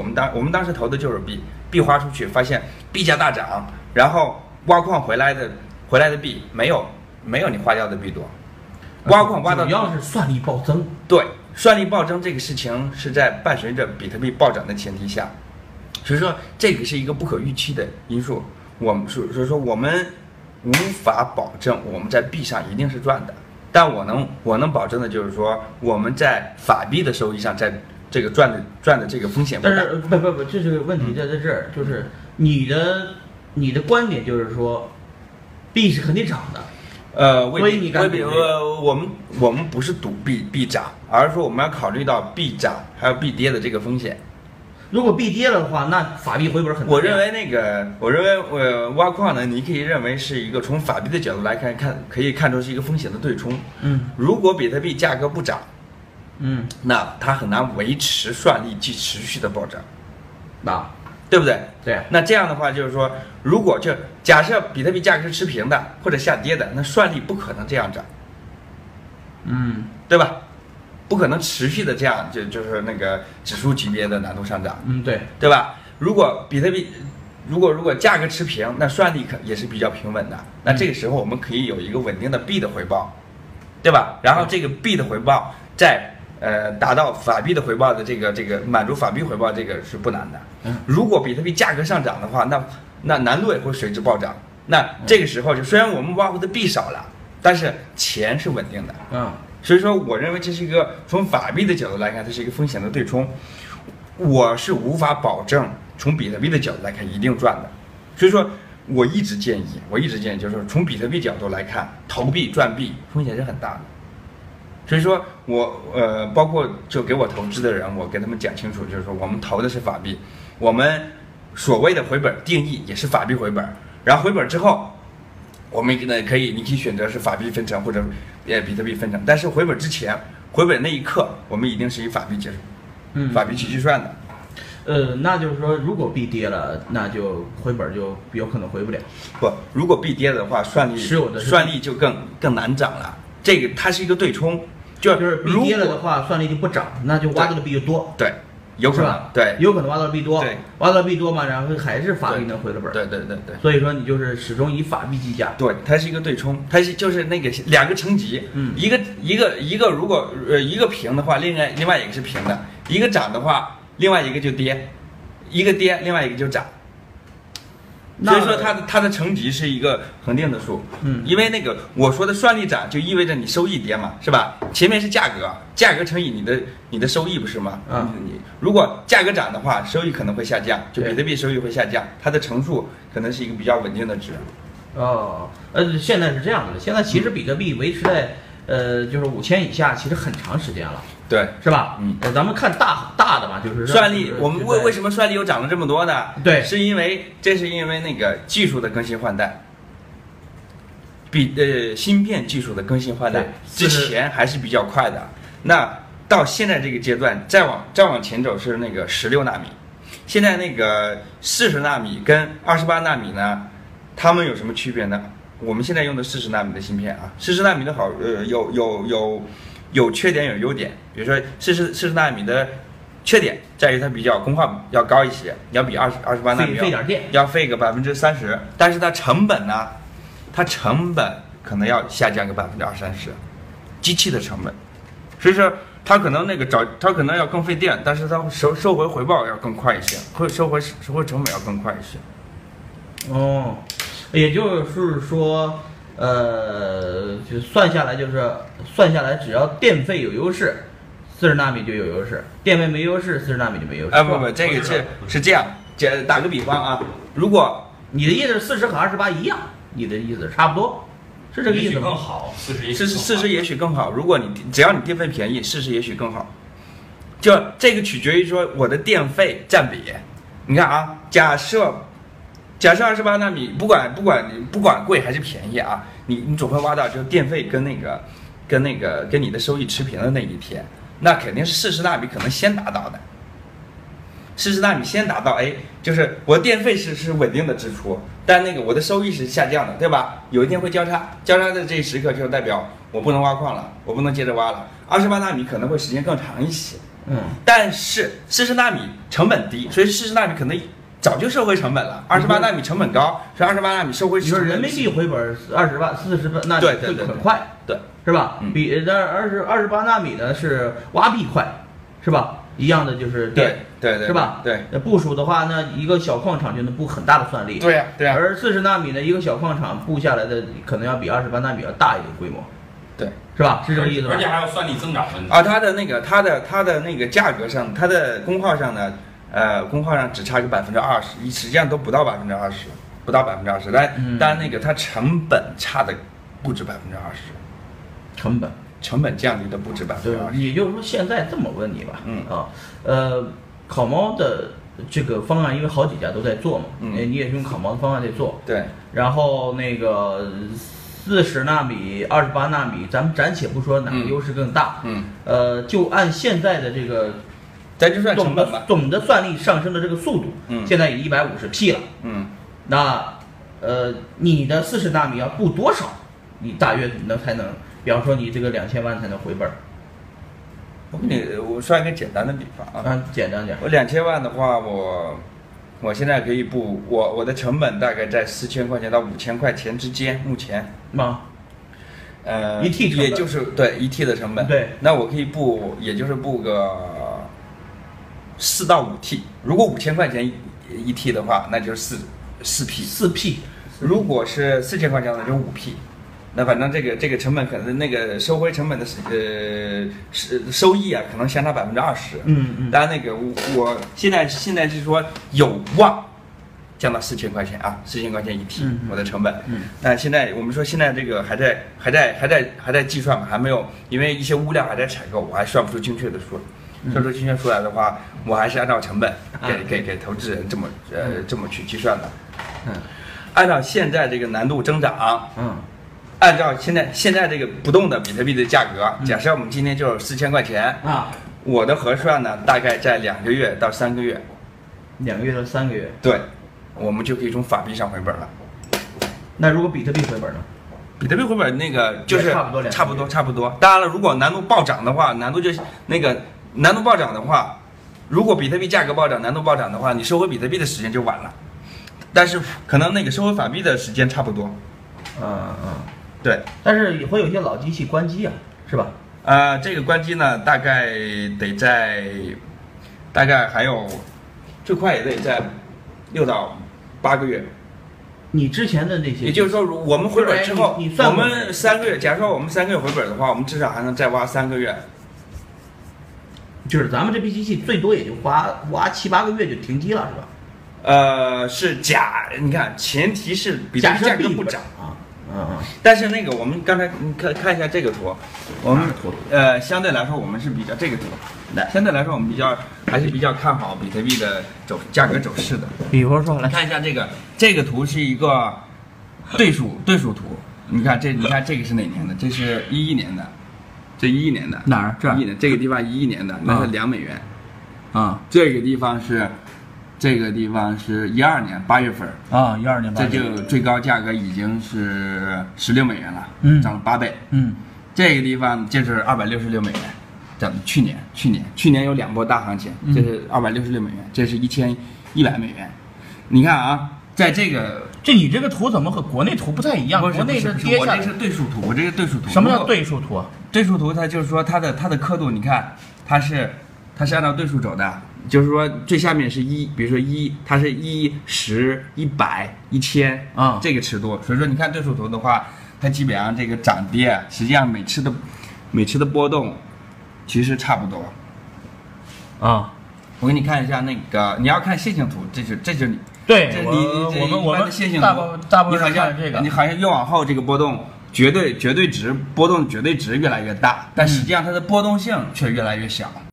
们当我们当时投的就是 B，币花出去发现币价大涨，然后挖矿回来的回来的币没有没有你花掉的币多，挖矿挖到呃主要是算力暴增，对，算力暴增这个事情是在伴随着比特币暴涨的前提下，所以说这个是一个不可预期的因素。我们所所以说我们无法保证我们在币上一定是赚的，但我能我能保证的就是说我们在法币的收益上，在这个赚的赚的这个风险不但大。嗯是不不不，这是个问题在在这儿，就是你的你的观点就是说，币是肯定涨的，呃，所未以必你敢未必赌这个呃，我们我们不是赌币币涨，而是说我们要考虑到币涨还有币跌的这个风险。如果币跌了的话，那法币回本很大。我认为那个，我认为呃，挖矿呢，你可以认为是一个从法币的角度来看，看可以看出是一个风险的对冲。嗯如果比特币价格不涨，嗯，那它很难维持算力及持续的暴涨，那对不对？对，啊那这样的话，就是说，如果就假设比特币价格是持平的或者下跌的，那算力不可能这样涨，嗯对吧？不可能持续的这样，就就是那个指数级别的难度上涨。嗯对，对吧？如果比特币，如果如果价格持平，那算力可也是比较平稳的。那这个时候我们可以有一个稳定的币的回报，对吧？然后这个币的回报在呃达到法币的回报的这个这个满足法币回报这个是不难的嗯。如果比特币价格上涨的话，那那难度也会随之暴涨。那这个时候就虽然我们挖掘的币少了，但是钱是稳定的。嗯所以说，我认为这是一个从法币的角度来看，它是一个风险的对冲。我是无法保证从比特币的角度来看一定赚的，所以说我一直建议，我一直建议就是从比特币角度来看，投币赚币风险是很大的。所以说我呃，包括就给我投资的人，我跟他们讲清楚，就是说我们投的是法币，我们所谓的回本定义也是法币回本，然后回本之后，我们呢可以，你可以选择是法币分成或者呃比特币分成，但是回本之前，回本那一刻，我们一定是以法币结嗯，法币去计算的。呃，那就是说，如果币跌了，那就回本儿就有可能回不了。不，如果币跌的话，算力持有的是算力就更更难涨了。这个它是一个对冲，就就是如币果跌了的话，算力就不涨，那就挖到的币就多，对，有可是能吧？对有可能挖到的币多对，挖到的币多嘛，然后还是法币能回了本儿。对对对对所以说你就是始终以法币计价。对，它是一个对冲，它是就是那个两个层级，嗯一个一个一个如果呃一个平的话，另外另外一个是平的，一个涨的话，另外一个就跌，一个跌，另外一个就涨。所以说它的它的乘积是一个恒定的数，嗯因为那个我说的算力涨就意味着你收益跌嘛，是吧？前面是价格，价格乘以你的你的收益不是吗？啊你你如果价格涨的话，收益可能会下降，就对比特币收益会下降，它的乘数可能是一个比较稳定的值。哦，呃，现在是这样的，现在其实比特币维持在呃就是五千以下，其实很长时间了，对，是吧？嗯呃，咱们看大大的嘛，就是算力我们为为么？什么算力又涨了这么多呢？对是因为这是因为那个技术的更新换代。比呃芯片技术的更新换代之对是前还是比较快的，那到现在这个阶段，再往再往前走是那个十六纳米，现在那个四十纳米跟二十八纳米呢，它们有什么区别呢？我们现在用的四十纳米的芯片啊，四十纳米的好呃有有有有缺点有优点，比如说四十四十纳米的缺点在于它比较功耗要高一些，要比二十二十八纳米费要费点电要费个百分之三十，但是它成本呢，它成本可能要下降个百分之二三十，机器的成本，所以说它可能那个找它可能要更费电，但是它收收回回报要更快一些，会收回收回成本要更快一些。哦，也就是说，呃，就算下来就是算下来，只要电费有优势，四十纳米就有优势；电费没优势，四十纳米就没优势。哎，不不，这个不是是的不是这样，这打个比方啊，如果你的意思是四十和二十八一样？你的意思差不多，是这个也意许思更吗？好，四十一四十四十也许更好，如果你只要你电费便宜，四十也许更好。就这个取决于说我的电费占比。你看啊，假设假设二十八纳米，不管不管不管贵还是便宜啊，你你总会挖到就是电费跟那个跟那个跟你的收益持平的那一天，那肯定是四十纳米可能先达到的。四十纳米先达到，哎，就是我的电费是是稳定的支出，但那个我的收益是下降的，对吧？有一天会交叉，交叉的这一时刻就代表我不能挖矿了，我不能接着挖了。二十八纳米可能会时间更长一些，嗯但是四十纳米成本低，所以四十纳米可能早就收回成本了。二十八纳米成本高，所以二十八纳米收回你说成本人民币回本二十万、四十万，那对对会对很对快，对是吧？嗯比但二十二十八纳米呢是挖币快，是吧？一样的就是对电，对对是吧？对呃。部署的话呢，一个小矿场就能布很大的算力。对呀啊对呀而四十纳米呢，一个小矿场布下来的可能要比二十八纳米要大一点规模，对是吧？是这个意思吧而且？还有算力增长问题。啊，它的那个它的它的那个价格上，它的功耗上呢，呃，功耗上只差个百分之二十，实际上都不到百分之二十，不到百分之二十，但、嗯但那个它成本差的不止百分之二十，成本。成本降低的不止百分对之，二十。也就是说现在这么问你吧，啊嗯啊，呃，烤猫的这个方案，因为好几家都在做嘛，嗯哎你也是用烤猫的方案在做，对，然后那个四十纳米、二十八纳米，咱们暂且不说哪个嗯优势更大，嗯，呃，就按现在的这个咱就算总成本的吧。总的算力上升的这个速度，嗯现在已一百五十 P 了，嗯，那呃，你的四十纳米要布多少？你大约能才能，比方说你这个两千万才能回本儿，我给你我算一个简单的比方啊，啊，简单点儿。我两千万的话，我我现在可以不，我我的成本大概在四千块钱到五千块钱之间，目前。啊，呃，一 T 成本也就是对一 T 的成本，对那我可以布，也就是布个四到五 T。如果五千块钱一一 T 的话，那就是四四 P；四 P，如果是四千块钱的话，就是五 P。那反正这个这个成本可能那个收回成本的呃是收益啊，可能相差百分之二十。嗯嗯但那个我我现在现在是说有望降到四千块钱啊，四千块钱一 T，、嗯嗯我的成本。嗯但现在我们说现在这个还在还在还在还在计算嘛，还没有，因为一些物料还在采购，我还算不出精确的数。算出精确出来的话，我还是按照成本给、嗯给给投资人这么呃嗯这么去计算的。嗯按照现在这个难度增长，嗯按照现在现在这个不动的比特币的价格，嗯假设我们今天就是四千块钱，啊，我的核算呢大概在两个月到三个月，两个月到三个月。对，我们就可以从法币上回本了。那如果比特币回本呢？比特币回本那个就是也差不多两差不多，差不多。当然了，如果难度暴涨的话，难度就那个难度暴涨的话，如果比特币价格暴涨，难度暴涨的话，你收回比特币的时间就晚了。但是可能那个收回法币的时间差不多。嗯嗯，对，但是也会有一些老机器关机啊，是吧？呃，这个关机呢，大概得在，大概还有，最快也得在六到八个月。你之前的那些，也就是说，如我们回本之后，对你你我算过们三个月，假如说我们三个月回本的话，我们至少还能再挖三个月。就是咱们这批机器最多也就挖挖七八个月就停机了，是吧？呃，是假，你看，前提是比特假币设价格币不涨，啊，嗯但是那个我们刚才你看看一下这个图，我们哪个图呃相对来说我们是比较这个图，哪相对来说我们比较还是比较看好比特币的走价格走势的。嗯。比方说你来，看一下这个，这个图是一个对数对数图，你看这你看这个是哪年的？这是一一年的，这一一年的哪儿这儿一一年这个地方一一年的，那啊是两美元，啊这个地方是这个地方是一二年八月份儿。啊，一二年这就最高价格已经是十六美元了，嗯涨了八倍。嗯这个地方就是二百六十六美元，涨去年去年去年有两波大行情，嗯这是二百六十六美元，这是一千一百美元。你看啊，在这个这你这个图怎么和国内图不太一样？不是国内不是不是跌我下这来是，对数图，我这是对数图。什么如叫果对数图啊？对数图？它就是说它的它的刻度，你看它是它是按照对数走的。就是说，最下面是一，比如说一，它是一十、一百、一千啊这个尺度。所以说，你看对数图的话，它基本上这个涨跌，实际上每次的每次的波动其实差不多。啊，我给你看一下那个，你要看线性图，这就这就你对这，我你我们我们线性大部大部分人你好看像这你个，好像越往后这个波动绝对绝对值波动绝对值越来越大，但实际上它的波动性却越来越小。